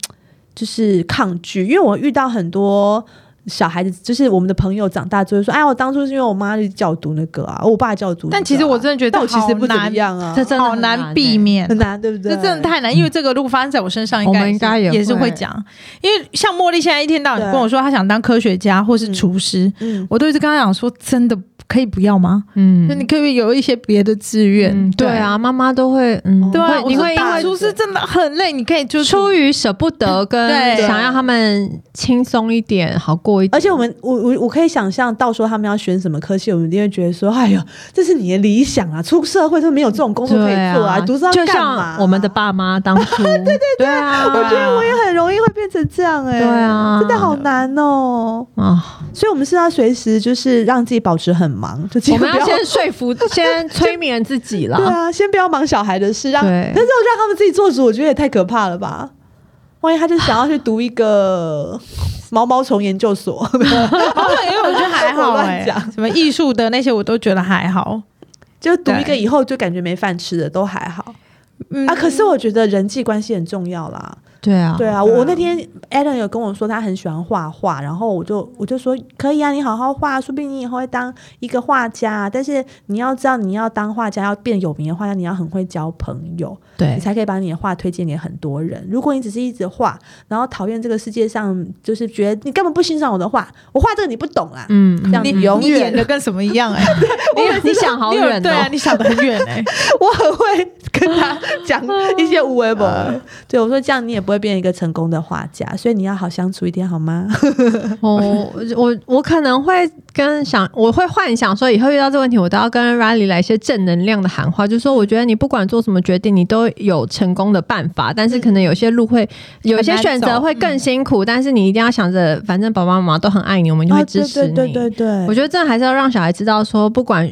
S1: 就是抗拒，因为我遇到很多。小孩子就是我们的朋友，长大之后说：“哎，我当初是因为我妈就叫我读那个啊，我爸叫我读、
S2: 但其实我真的觉得
S1: 但我其
S2: 好
S1: 实不怎么
S2: 难
S1: 样啊，嗯
S4: 这真的
S2: 好
S4: 很
S2: 难
S4: 难
S2: 避
S4: 欸
S2: 免
S1: 很。难，对不对？
S2: 这真的太难，因为这个如果发生在我身上，应
S4: 我
S2: 该
S4: 们应该也
S2: 也是
S4: 会
S2: 会讲。因为像茉莉现在一天到晚
S1: 对啊
S2: 跟我说她想当科学家或是厨师，
S1: 嗯，
S2: 我都一直跟她讲说，真的可以不要吗？
S4: 嗯
S2: 那你可以有一些别的志愿、
S4: 嗯，对啊，妈妈都会，嗯，
S2: 对啊，
S4: 会你
S2: 我说
S4: 会因
S2: 当
S4: 为
S2: 厨师真的很累，你可以就
S4: 出于舍不得跟
S2: 对
S4: 想让他们轻松一点，好过一点。
S1: 而且我们我我我可以想象，到时候他们要选什么科系，我们一定会觉得说：“哎呦，这是你的理想啊！出社会都没有这种工作可以
S4: 对
S1: 做啊，
S4: 啊，
S1: 读这要
S4: 就
S1: 干嘛啊
S4: 像？”我们的爸妈当初，对对对啊，
S1: 我觉得我也很容易会变成这样哎、
S4: 对啊
S1: 真的好难哦、
S4: 啊，
S1: 所以，我们是要随时就是让自己保持很忙，就千
S4: 我
S1: 万
S4: 们
S1: 不
S4: 要
S1: 要
S4: 先说 服、先催眠自己
S1: 对
S4: 啦。
S1: 啊，先不要忙小孩的事，啊让
S4: 对
S1: 但是我让他们自己做主，我觉得也太可怕了吧。万一他就想要去读一个毛毛虫研究所，
S2: 因为我觉得还 好
S1: 我
S2: 哎、
S1: 乱讲
S2: 什么艺术的那些我都觉得还好。
S1: 就读一个
S2: 对
S1: 以后就感觉没饭吃的，都还好
S2: 嗯
S1: 啊。可是我觉得人际关系很重要啦。
S4: 对啊，
S1: 对啊，
S2: 对啊
S1: 我那天 Alan 有跟我说他很喜欢画画，然后我就我就说可以啊，你好好画，说不定你以后会当一个画家啊。但是你要知道，你要当画家，要变有名的画家，你要很会交朋友。
S4: 对
S1: 你才可以把你的画推荐给很多人。如果你只是一直画，然后讨厌这个世界上，就是觉得你根本不欣赏我的画，我画这个你不懂啊啦，
S4: 嗯，
S1: 这样子
S2: 你
S1: 永
S2: 你演
S1: 远
S2: 的跟什么一 样哎、
S4: 你你想好
S2: 你有
S4: 远
S2: 对啊，
S4: 哦，
S2: 你想的很远哎、
S1: 我很会跟他讲一些无为 不
S4: 啊
S1: 为。对我说这样你也不会变一个成功的画家，所以你要好相处一点好吗？
S4: 哦， 我我可能会跟想，我会幻想说以后遇到这个问题，我都要跟 Riley 来一些正能量的喊话，就说我觉得你不管做什么决定，你都有成功的办法，但
S1: 嗯
S4: 是可能有些路会有一些选择会更辛苦，但是你一定要想着，反正爸爸妈妈都很爱 你，我们就
S1: 啊，
S4: 会
S1: 对
S4: 支持
S1: 对
S4: 你。
S1: 对对对
S4: 我，觉得真的还是要让小孩知道，说不管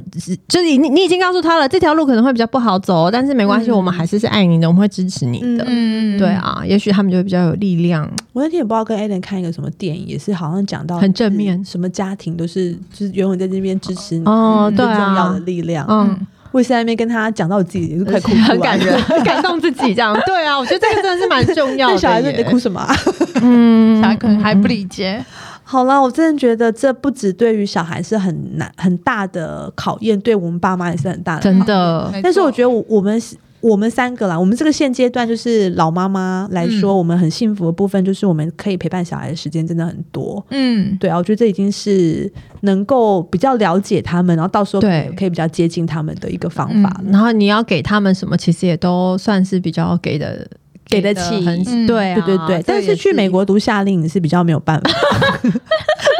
S4: 就是你你已经告诉他了，这条路可能会比较不好走，但是没关系，
S1: 嗯
S4: 我们还是是爱你的，我们会支持你的。
S2: 嗯
S4: 对，啊，也许他们就会比较有力量，
S1: 我那天也不知道跟 Alan 看一个什么电影，也是好像讲到
S4: 很正面
S1: 什么家庭都是就是永远在那边支持你，
S4: 哦，
S1: 很
S4: 对
S1: 重要的
S4: 啊，
S1: 力量。
S4: 嗯，
S1: 我也是在那边跟他讲到我自己也是快哭出来了
S4: 很感 人，很感动自己这样。对啊，我觉得这个真的是蛮重要
S1: 对
S4: 的。
S1: 小孩子你在哭，什么啊？
S4: 嗯
S2: 小孩可能还不理解，
S1: 好啦，我真的觉得这不止对于小孩是很难很大的考验，对我们爸妈也是很大的。
S4: 真的，
S1: 但是我觉
S2: 得
S1: 得我我们是我们三个啦，我们这个现阶段就是老妈妈来说，
S4: 嗯
S1: 我们很幸福的部分就是我们可以陪伴小孩的时间真的很多。
S2: 嗯。
S1: 对啊，我觉得这已经是能够比较了解他们，然后到时候可
S4: 对嗯
S1: 以可以比较接近他们的一个方法了。嗯
S4: 然后你要给他们什么，其实也都算是比较给的，
S1: 给得
S4: 很
S1: 起
S2: 嗯
S4: 对啊
S1: 对对对，
S4: 这
S1: 但
S4: 个也
S1: 是去美国读夏令营是比较没有 办法。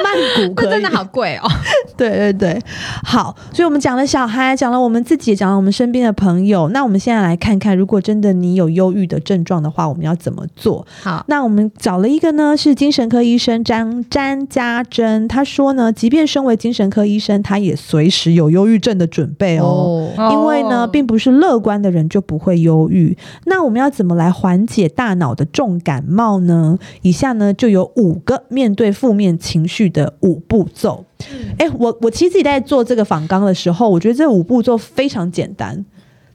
S1: 曼谷可以，
S4: 那真的好贵哦。
S1: 对对对，好，所以我们讲了小孩，讲了我们自己，也讲了我们身边的朋友。那我们现在来看看，如果真的你有忧郁的症状的话，我们要怎么做？
S4: 好，
S1: 那我们找了一个呢，是精神科医生张詹家珍，他说呢，即便身为精神科医生，他也随时有忧郁症的准备哦。
S4: 哦，
S1: 因为呢，并不是乐观的人就不会忧郁。那我们要怎么来缓解大脑的重感冒呢？以下呢就有五个面对负面情绪的五步骤。
S4: 嗯
S1: 哎、我我其实自己在做这个访纲的时候，我觉得这五步骤非常简单，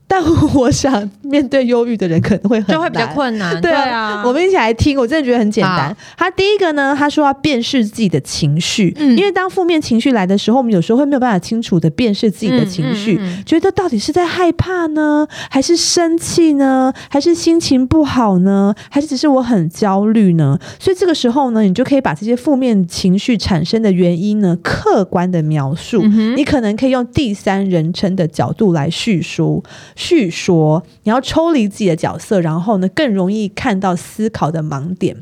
S1: 但我想面对忧郁的人可能会很
S4: 就会比较
S1: 难。
S4: 困难。
S1: 对
S4: 啊，
S1: 我们一起来听，我真的觉得很简单
S4: 好。
S1: 他第一个呢，他说要辨识自己的情绪，
S2: 嗯
S1: 因为当负面情绪来的时候，我们有时候会没有办法清楚的辨识自己的情绪，
S4: 嗯嗯嗯
S1: 觉得到底是在害怕呢，还是生气呢，还是心情不好呢，还是只是我很焦虑呢？所以这个时候呢，你就可以把这些负面情绪产生的原因呢，客观的描述。
S4: 嗯哼
S1: 你可能可以用第三人称的角度来叙述、叙说，你要抽离自己的角色，然后呢，更容易看到思考的盲点。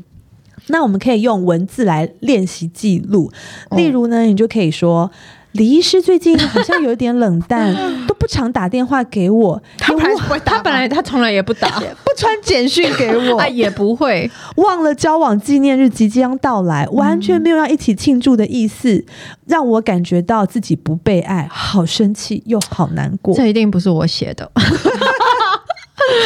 S1: 那我们可以用文字来练习记录，例如呢，你就可以说。李医师最近好像有点冷淡，都不常打电话给我，
S4: 他
S1: 也
S4: 本来
S1: 不
S4: 不会打，他 本来他从来也不打，
S1: 不传简讯给我
S4: 他，也不会。
S1: 忘了交往纪念日即将到来，完全没有要一起庆祝的意思，让我感觉到自己不被爱，好生气又好难过。
S4: 这一定不是我写的，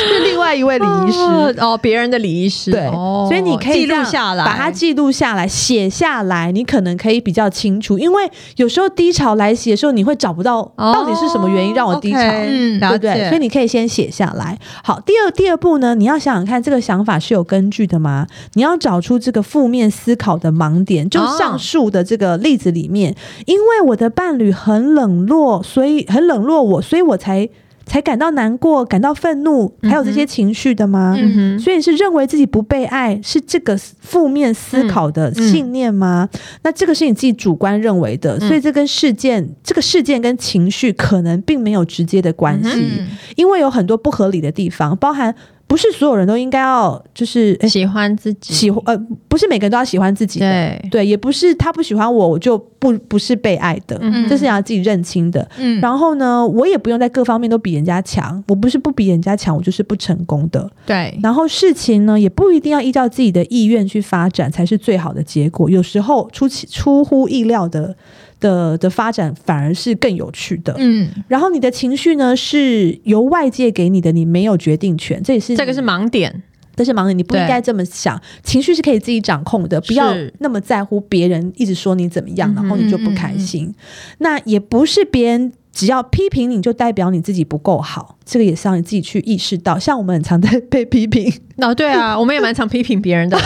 S1: 是另外一位李医
S4: 哦
S1: 师。
S4: 哦，别人的礼仪师，
S1: 对，
S4: 哦
S1: 所以你可以
S4: 记
S1: 这
S4: 录
S1: 样
S4: 下来，
S1: 把它记录下来，写下来，你可能可以比较清楚。因为有时候低潮来袭的时候，你会找不到
S4: 哦
S1: 到底是什么原因让我低潮。
S4: OK，
S2: 嗯
S1: 对
S4: 了
S1: 不对？
S4: 解。
S1: 所以你可以先写下来。好，第二第二步呢，你要想想看，这个想法是有根据的吗？你要找出这个负面思考的盲点。就
S4: 哦
S1: 上述的这个例子里面，因为我的伴侣很冷落，所以很冷落我，所以我才才感到难过、感到愤怒，还有这些情绪的吗？
S2: 嗯
S4: 嗯哼，
S1: 所以你是认为自己不被爱是这个负面思考的信念吗？
S4: 嗯
S1: 那这个是你自己主观认为的，所以这跟事件、这个事件跟情绪可能并没有直接的关系，
S2: 嗯
S1: 因为有很多不合理的地方，包含不是所有人都应该要就是、诶
S4: 喜欢自己，
S1: 喜欢呃，不是每个人都要喜欢自己的，
S4: 对，
S1: 对，也不是他不喜欢我，我就不不是被爱的，
S4: 嗯
S1: 这是你要自己认清的。
S2: 嗯
S1: 然后呢，我也不用在各方面都比人家强，我不是不比人家强，我就是不成功的。
S2: 对，
S1: 然后事情呢，也不一定要依照自己的意愿去发展才是最好的结果，有时候出其出乎意料的的的发展反而是更有趣的。
S2: 嗯，
S1: 然后你的情绪呢是由外界给你的，你没有决定权，这也是
S4: 这个是
S1: 你
S4: 盲点，
S1: 这是盲点，你不
S4: 对
S1: 应该这么想。情绪是可以自己掌控的，不要
S4: 是
S1: 那么在乎别人一直说你怎么样，
S4: 嗯哼嗯
S1: 然后你就不开心。那也不是别人只要批评你就代表你自己不够好，这个也是要你自己去意识到。像我们很常在被批评，
S4: 哦，对啊，我们也蛮常批评别人的 啦，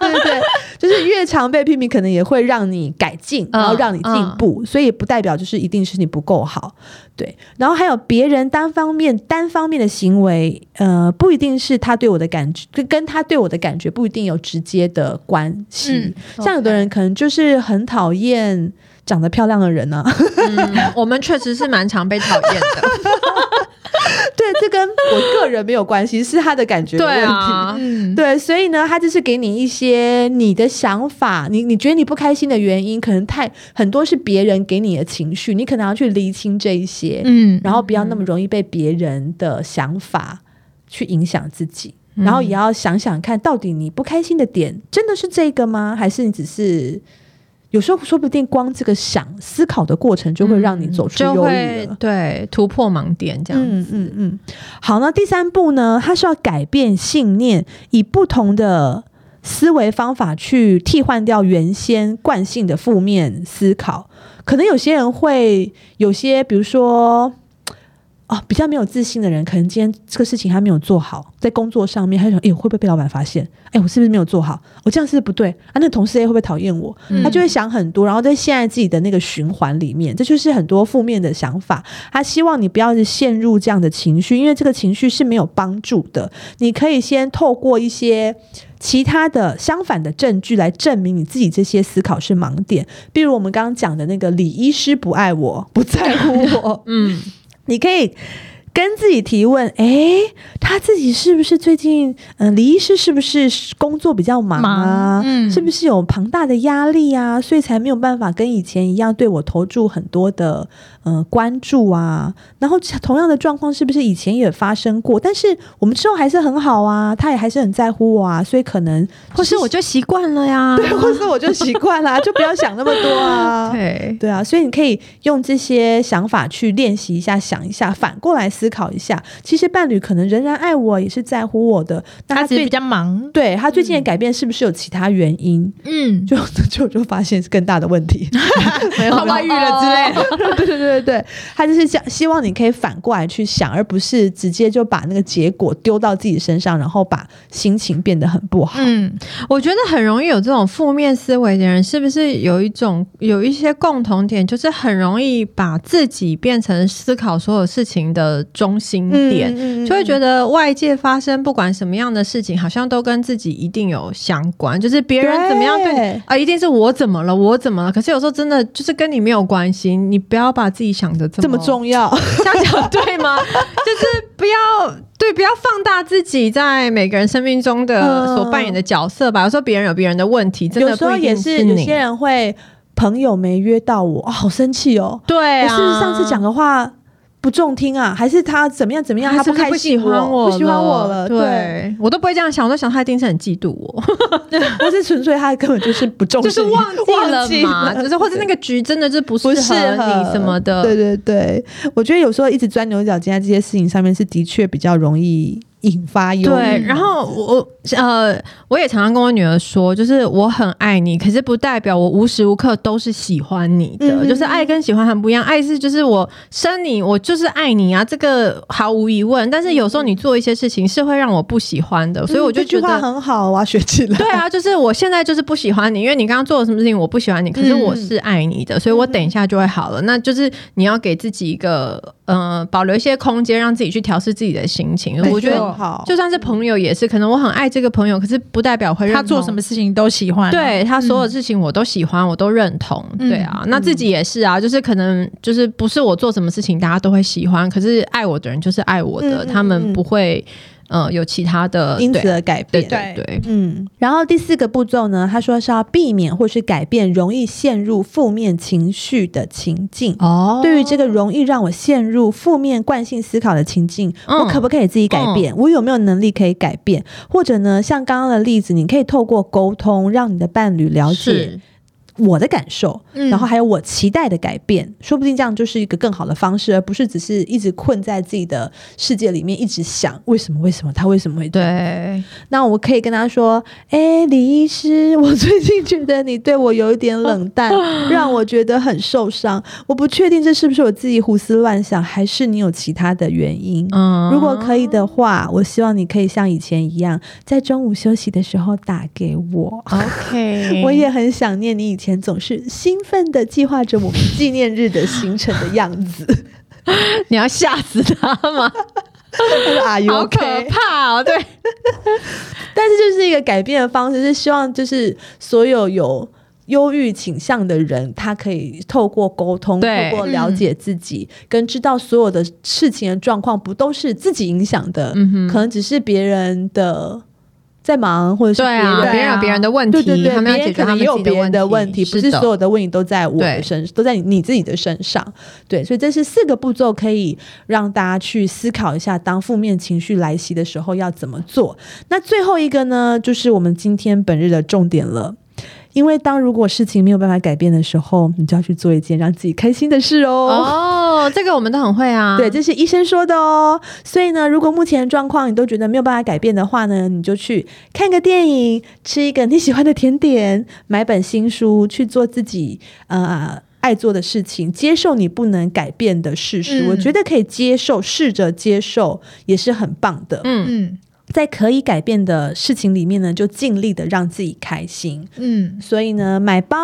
S1: 对对对，就是越常被批评，可能也会让你改进，
S4: 嗯
S1: 然后让你进步，所以不代表就是一定是你不够好，对。然后还有别人单方面单方面的行为，呃，不一定是他对我的感觉，跟跟他对我的感觉不一定有直接的关系。
S4: 嗯
S1: 像有的人可能就是很讨厌长得漂亮的人呢、啊，
S4: 嗯，我们确实是蛮常被讨厌的，
S1: 对，这跟我个人没有关系，是他的 感觉的问
S4: 对
S1: 题。
S4: 啊，
S2: 嗯，
S1: 对，所以呢，他就是给你一些你的想法，你你觉得你不开心的原因，可能太很多是别人给你的情绪，你可能要去厘清这一些，
S2: 嗯，
S1: 然后不要那么容易被别人的想法去影响自己，然后也要想想看到底你不开心的点真的是这个吗？还是你只是有时候说不定光这个想思考的过程就会让你走出
S4: 嗯就
S1: 忧郁
S4: 会
S1: 了。
S4: 对突破盲点这样
S1: 嗯
S4: 子，
S1: 嗯嗯，好，那第三步呢，它是要改变信念，以不同的思维方法去替换掉原先惯性的负面思考。可能有些人会有些，比如说。哦，比较没有自信的人，可能今天这个事情还没有做好，在工作上面，他就想，哎、我会不会被老板发现？哎、我是不是没有做好？我这样是不是不对啊？那同事 A 会不会讨厌我？
S2: 嗯
S1: 他就会想很多，然后在现在自己的那个循环里面，这就是很多负面的想法。他希望你不要是陷入这样的情绪，因为这个情绪是没有帮助的。你可以先透过一些其他的相反的证据来证明你自己这些思考是盲点，比如我们刚刚讲的那个李医师不爱我，不在乎我，
S4: 嗯，
S1: 你可以。跟自己提问，诶，他自己是不是最近，嗯、李医师是不是工作比较忙啊？
S2: 忙嗯
S1: 是不是有庞大的压力啊？所以才没有办法跟以前一样对我投注很多的呃关注啊。然后同样的状况是不是以前也发生过？但是我们之后还是很好啊，他也还是很在乎我啊，所以可能
S4: 或是我就习惯了呀，
S1: 对，或是我就习惯啦，就不要想那么多啊。
S4: 对，
S1: 对啊，所以你可以用这些想法去练习一下，想一下，反过来思考一下。其实伴侣可能仍然爱我，也是在乎我的。那
S2: 他只是
S1: 最
S2: 比较忙，
S1: 对他最近的改变是不是有其他原因？
S2: 嗯，
S1: 就 就就发现是更大的问题。 哦
S2: 他外遇了之类的，
S1: 对对对对，他就是想希望你可以反过来去想，而不是直接就把那个结果丢到自己身上，然后把心情变得很不好。
S2: 嗯，
S4: 我觉得很容易有这种负面思维的人，是不是有一种有一些共同点，就是很容易把自己变成思考所有事情的中心点，
S1: 嗯
S4: 就会觉得外界发生不管什么样的事情，好像都跟自己一定有相关，就是别人怎么样对你
S1: 对
S4: 啊，一定是我怎么了，我怎么了？可是有时候真的就是跟你没有关系，你不要把自己想的这
S1: 这
S4: 么
S1: 么，重要。
S4: 这样讲对 吗？就是不要对，不要放大自己在每个人生命中的
S1: 嗯
S4: 所扮演的角色吧。有时候别人有别人的问题，真
S1: 有
S4: 的
S1: 时
S4: 不
S1: 候
S4: 一
S1: 也
S4: 定
S1: 是有
S4: 你
S1: 些。人会朋友没约到我，哦、好生气哦。
S4: 对
S1: 我是
S4: 啊，
S1: 不是上次讲的话不中听啊？还是他怎么样怎么样？
S4: 他
S1: 他
S4: 是是
S1: 开
S4: 不喜
S1: 心
S4: 欢
S1: 我，
S4: 我，
S1: 不喜欢我了，
S4: 对我都不会这样想，我都想他一定是很嫉妒我，
S1: 或是纯粹他根本 就是不重视
S4: 就
S1: 你，
S4: 是忘记了
S1: 记
S4: 嘛，
S1: 了
S4: 就是或者那个局真的是不适
S1: 不
S4: 合
S1: 适合
S4: 你什么的，
S1: 对对对，我觉得有时候一直钻牛角尖在这些事情上面，是的确比较容易引发忧
S4: 对，
S1: 郁。
S4: 然后我我呃，我也常常跟我女儿说，就是我很爱你，可是不代表我无时无刻都是喜欢你的，
S1: 嗯
S4: 就是爱跟喜欢很不一样。爱是就是我生你，我就是爱你啊，这个毫无疑问。但是有时候你做一些事情是会让我不喜欢的，所以我
S1: 嗯
S4: 就
S1: 这句
S4: 觉
S1: 话
S4: 得。
S1: 很好啊，学起来。
S4: 对啊，就是我现在就是不喜欢你，因为你刚刚做了什么事情我不喜欢你，可是我是爱你
S1: 嗯
S4: 的，所以我等一下就会好了。那就是你要给自己一个呃，保留一些空间，让自己去调试自己的心情。
S1: 没
S4: 我觉得
S1: 错好，
S4: 就算是朋友也是，可能我很爱这个朋友，可是不代表会认
S2: 他
S1: 嗯
S4: 同
S2: 做什么。事情都喜欢，，
S4: 对他所有事情我都喜欢，我都认同。
S2: 嗯
S4: 对啊，那自己也是啊，就是可能就是不是我做什么事情大家都会喜欢，可是爱我的人就是爱我的，
S1: 嗯嗯
S4: 他们不会呃有其他的
S1: 因此
S4: 对
S1: 而改
S4: 对
S1: 变。
S4: 对对，
S1: 嗯，然后第四个步骤呢，他说是要避免或是改变容易陷入负面情绪的情境。
S4: 哦
S1: 对于这个容易让我陷入负面惯性思考的情境，
S4: 嗯
S1: 我可不可以自己改变？我有没有能力可以改变？或者呢，像刚刚的例子，你可以透过沟通，让你的伴侣了解
S4: 是
S1: 我的感受，
S2: 嗯
S1: 然后还有我期待的改变，说不定这样就是一个更好的方式，而不是只是一直困在自己的世界里面，一直想为什么为什么他为什么会这样
S4: 对，
S1: 那我可以跟他说：“哎、李医师，我最近觉得你对我有一点冷淡，让我觉得很受伤。我不确定这是不是我自己胡思乱想，还是你有其他的原因。
S4: 嗯
S1: 如果可以的话，我希望你可以像以前一样，在中午休息的时候打给我。
S4: ，OK，
S1: 我也很想念你以前总是兴奋的计划着我们纪念日的行程的样 子。
S4: 你要吓死他 吗？
S1: 他说：“Are you
S4: 好可
S1: OK？”
S4: 怕哦！对，
S1: 但是就是一个改变的方式，是希望就是所有有忧郁倾向的人，他可以透过沟通，透
S4: 对
S1: 过了解自己，跟知道所有的事情的状况不都是自己影响的，
S4: 嗯
S1: 可能只是别人的在忙，或者是
S4: 对
S1: 人
S4: 啊，
S2: 对
S4: 别人有
S2: 啊
S4: 别人的问
S1: 对
S4: 题，
S1: 对对，
S4: 他们要
S1: 别
S4: 解
S1: 人
S4: 决
S1: 可
S4: 他
S1: 能
S4: 们
S1: 也有
S4: 自己
S1: 别人的问题，
S4: 题，
S1: 不是所
S4: 的
S1: 有的问题都在我的
S4: 对
S1: 身，都在你你自己的身上。对，所以这是四个步骤，可以让大家去思考一下，当负面情绪来袭的时候要怎么做。那最后一个呢，就是我们今天本日的重点了。因为当如果事情没有办法改变的时候，你就要去做一件让自己开心的事哦
S4: 哦，这个我们都很会啊，
S1: 对，这是医生说的哦。所以呢，如果目前的状况你都觉得没有办法改变的话呢，你就去看个电影，吃一个你喜欢的甜点，买本新书，去做自己呃爱做的事情，接受你不能改变的事实。
S2: 嗯
S1: 我觉得可以接受，试着接受也是很棒的。
S4: 嗯，
S2: 嗯
S1: 在可以改变的事情里面呢，就尽力的让自己开心。
S2: 嗯，
S1: 所以呢，买包、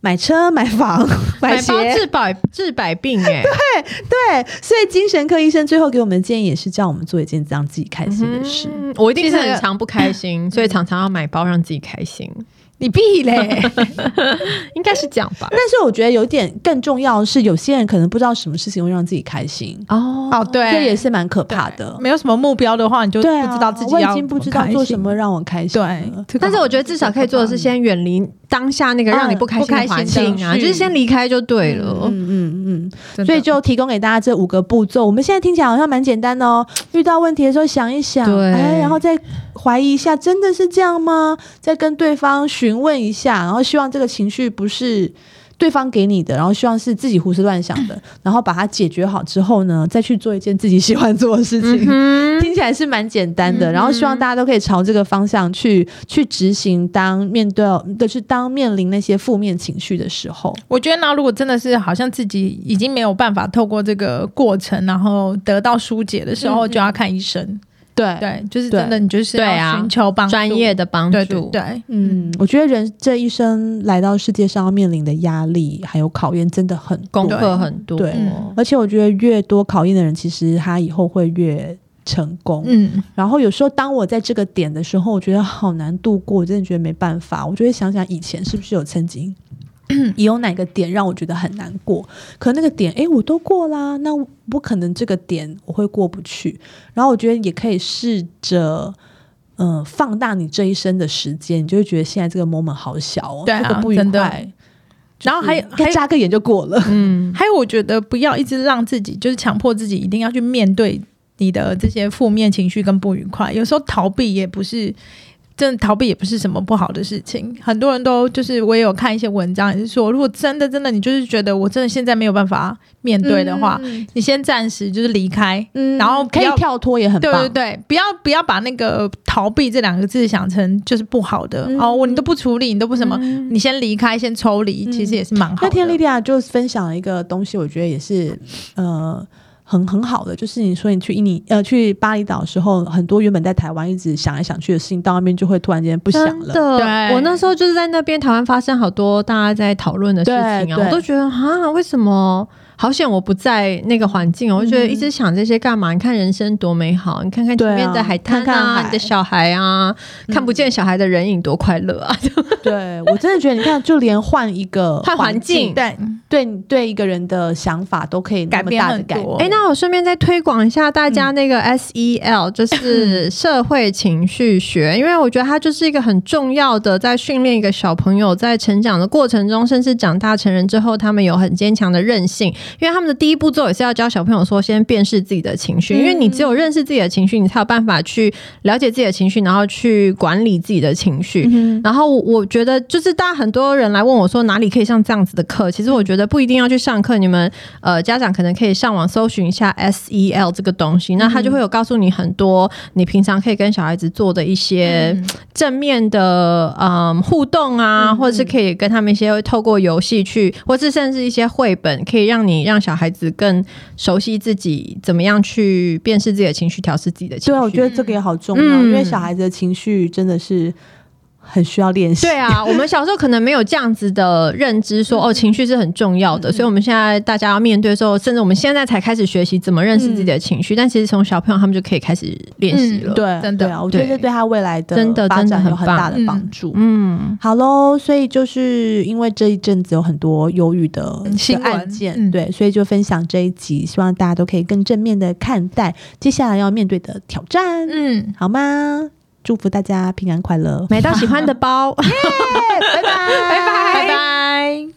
S1: 买车、买房、
S4: 买
S1: 鞋
S4: 包治百治百病哎，
S1: 对，所以精神科医生最后给我们的建议也是叫我们做一件让自己开心的事。
S4: 嗯我一定
S2: 其
S4: 是嗯
S2: 实
S4: 很常不开心，所以常常要买包让自己开心，
S2: 你屁嘞！
S4: 应该是这样吧？
S1: 但是我觉得有点更重要的是，有些人可能不知道什么事情会让自己开心，
S4: 哦，
S2: 哦，对，
S1: 这也是蛮可怕的。
S2: 没有什么目标的话，你就
S1: 对啊，
S2: 不知道自己
S1: 我
S2: 要
S1: 已经不知道做什么让我开心
S2: 怎么
S1: 了。
S2: 开心。对，这个
S4: 但是
S2: 好
S4: 我觉得至少可以做的是先远离当下那个让你不开心的环境啊，
S2: 嗯不开心的
S4: 就是先离开就对了。
S1: 嗯嗯嗯，
S4: 真的
S1: 所以就提供给大家这五个步骤。我们现在听起来好像蛮简单的哦，遇到问题的时候想一想，
S4: 对
S1: 哎，然后再怀疑一下，真的是这样吗？再跟对方询问一下，然后希望这个情绪不是对方给你的，然后希望是自己胡思乱想的，然后把它解决好之后呢，再去做一件自己喜欢做的事情。
S4: 嗯
S1: 听起来是蛮简单的，然后希望大家都可以朝这个方向去去执行。当面对就是当面临那些负面情绪的时候，
S2: 我觉得呢，如果真的是好像自己已经没有办法透过这个过程，然后得到疏解的时候，就要看医生。
S1: 对
S2: 嗯对，就是
S1: 对
S2: 真的，你就是
S4: 对啊
S2: 要寻求帮
S4: 哼
S2: 助
S4: 专业的帮
S2: 对对
S4: 助，
S2: 对，
S1: 嗯，我觉得人这一生来到世界上要面临的压力还有考验真的很多，
S4: 功课很多。
S1: 对
S2: 嗯
S1: 而且我觉得越多考验的人，其实他以后会越成功。
S2: 嗯，
S1: 然后有时候当我在这个点的时候，我觉得好难度过，我真的觉得没办法。我就会想想以前是不是有曾 经也有哪个点让我觉得很难过，可那个点诶我都过啦，那我不可能这个点我会过不去。然后我觉得也可以试着。嗯，放大你这一生的时间，你就会觉得现在这个 moment 好小哦，
S2: 对啊
S1: 这个不愉
S2: 真的
S1: 快，
S2: 然后还有还
S1: 该
S2: 有
S1: 眨个眼就过了。
S4: 嗯，
S2: 还有，我觉得不要一直让自己就是强迫自己一定要去面对你的这些负面情绪跟不愉快，有时候逃避也不是。真的逃避也不是什么不好的事情，很多人都就是我也有看一些文章，也是说，如果真的真的你就是觉得我真的现在没有办法面对的话，你先暂时就是离开，
S1: 嗯
S2: 然后
S1: 可
S2: 不
S1: 以
S2: 要
S1: 跳脱也很
S2: 对
S1: 棒，
S2: 对对，不要不要把那个逃避这两个字想成就是不好的、
S1: 嗯
S2: 哦，我你都不处理，你都不什么，你先离开，先抽离，
S1: 嗯
S2: 其实也是蛮好的。
S1: 那天莉莉亚就分享了一个东西，我觉得也是呃很很好的，就是你说你去印尼呃去巴厘岛的时候，很多原本在台湾一直想来想去的事情，到那边就会突然间不想
S4: 真
S1: 了。
S4: 的
S2: 对，
S4: 我那时候就是在那边台湾发生好多大家在讨论的事情
S1: 对
S4: 啊，
S1: 对
S4: 我都觉得啊，为什么？好险我不在那个环境哦，我就觉得一直想这些干嘛？你看人生多美好，你看看
S1: 对啊
S4: 前面的海滩啊，
S1: 看看海嗯
S4: 你的小孩啊，看不见小孩的人影多快乐啊！
S1: 对我真的觉得，你看，就连换一个
S4: 换环境
S2: 对，
S1: 对你对一个人的想法都可以那
S2: 改
S1: 么
S2: 变
S1: 大的
S2: 很
S1: 改
S2: 多
S1: 变。
S4: 哎、那我顺便再推广一下大家那个 SEL，、就是社会情绪学，因为我觉得它就是一个很重要的，在训练一个小朋友在成长的过程中，甚至长大成人之后，他们有很坚强的韧性，因为他们的第一步骤也是要教小朋友说，先辨识自己的情绪，因为你只有认识自己的情绪，你才有办法去了解自己的情绪，然后去管理自己的情绪。然后我我觉得，就是大家很多人来问我说哪里可以上这样子的课，其实我觉得不一定要去上课，你们呃家长可能可以上网搜寻一下 SEL 这个东西，
S1: 嗯
S4: 那它就会有告诉你很多你平常可以跟小孩子做的一些
S1: 嗯
S4: 正面的嗯互动啊，或者是可以跟他们一些透过游戏去，或是甚至一些绘本，可以让你让小孩子更熟悉自己怎么样去辨识自己的情绪，调试自己的情
S1: 对
S4: 绪。
S1: 啊，我觉得这个也好重要，
S4: 哎嗯
S1: 因为小孩子的情绪真的是很需要练习。
S4: 对啊，我们小时候可能没有这样子的认知说，哦，情绪是很重要的，所以我们现在大家要面对的时候，甚至我们现在才开始学习怎么认识自己的情绪，但其实从小朋友他们就可以开始练习了。
S2: 嗯
S1: 对，
S2: 真的
S1: 对啊，我觉得
S4: 对
S1: 这对他未来的
S4: 真的
S1: 发
S4: 真的
S1: 展有
S4: 很
S1: 很
S4: 棒
S1: 大的
S2: 嗯
S1: 帮助。
S4: 嗯，
S1: 好喽，所以就是因为这一阵子有很多忧郁的
S2: 嗯新
S1: 的
S2: 闻
S1: 案件，
S2: 嗯
S1: 对，所以就分享这一集，希望大家都可以更正面的看待接下来要面对的挑战，
S2: 嗯，
S1: 好吗？祝福大家平安快乐，
S4: 买到喜欢的包，
S1: 拜拜，拜
S4: 拜拜。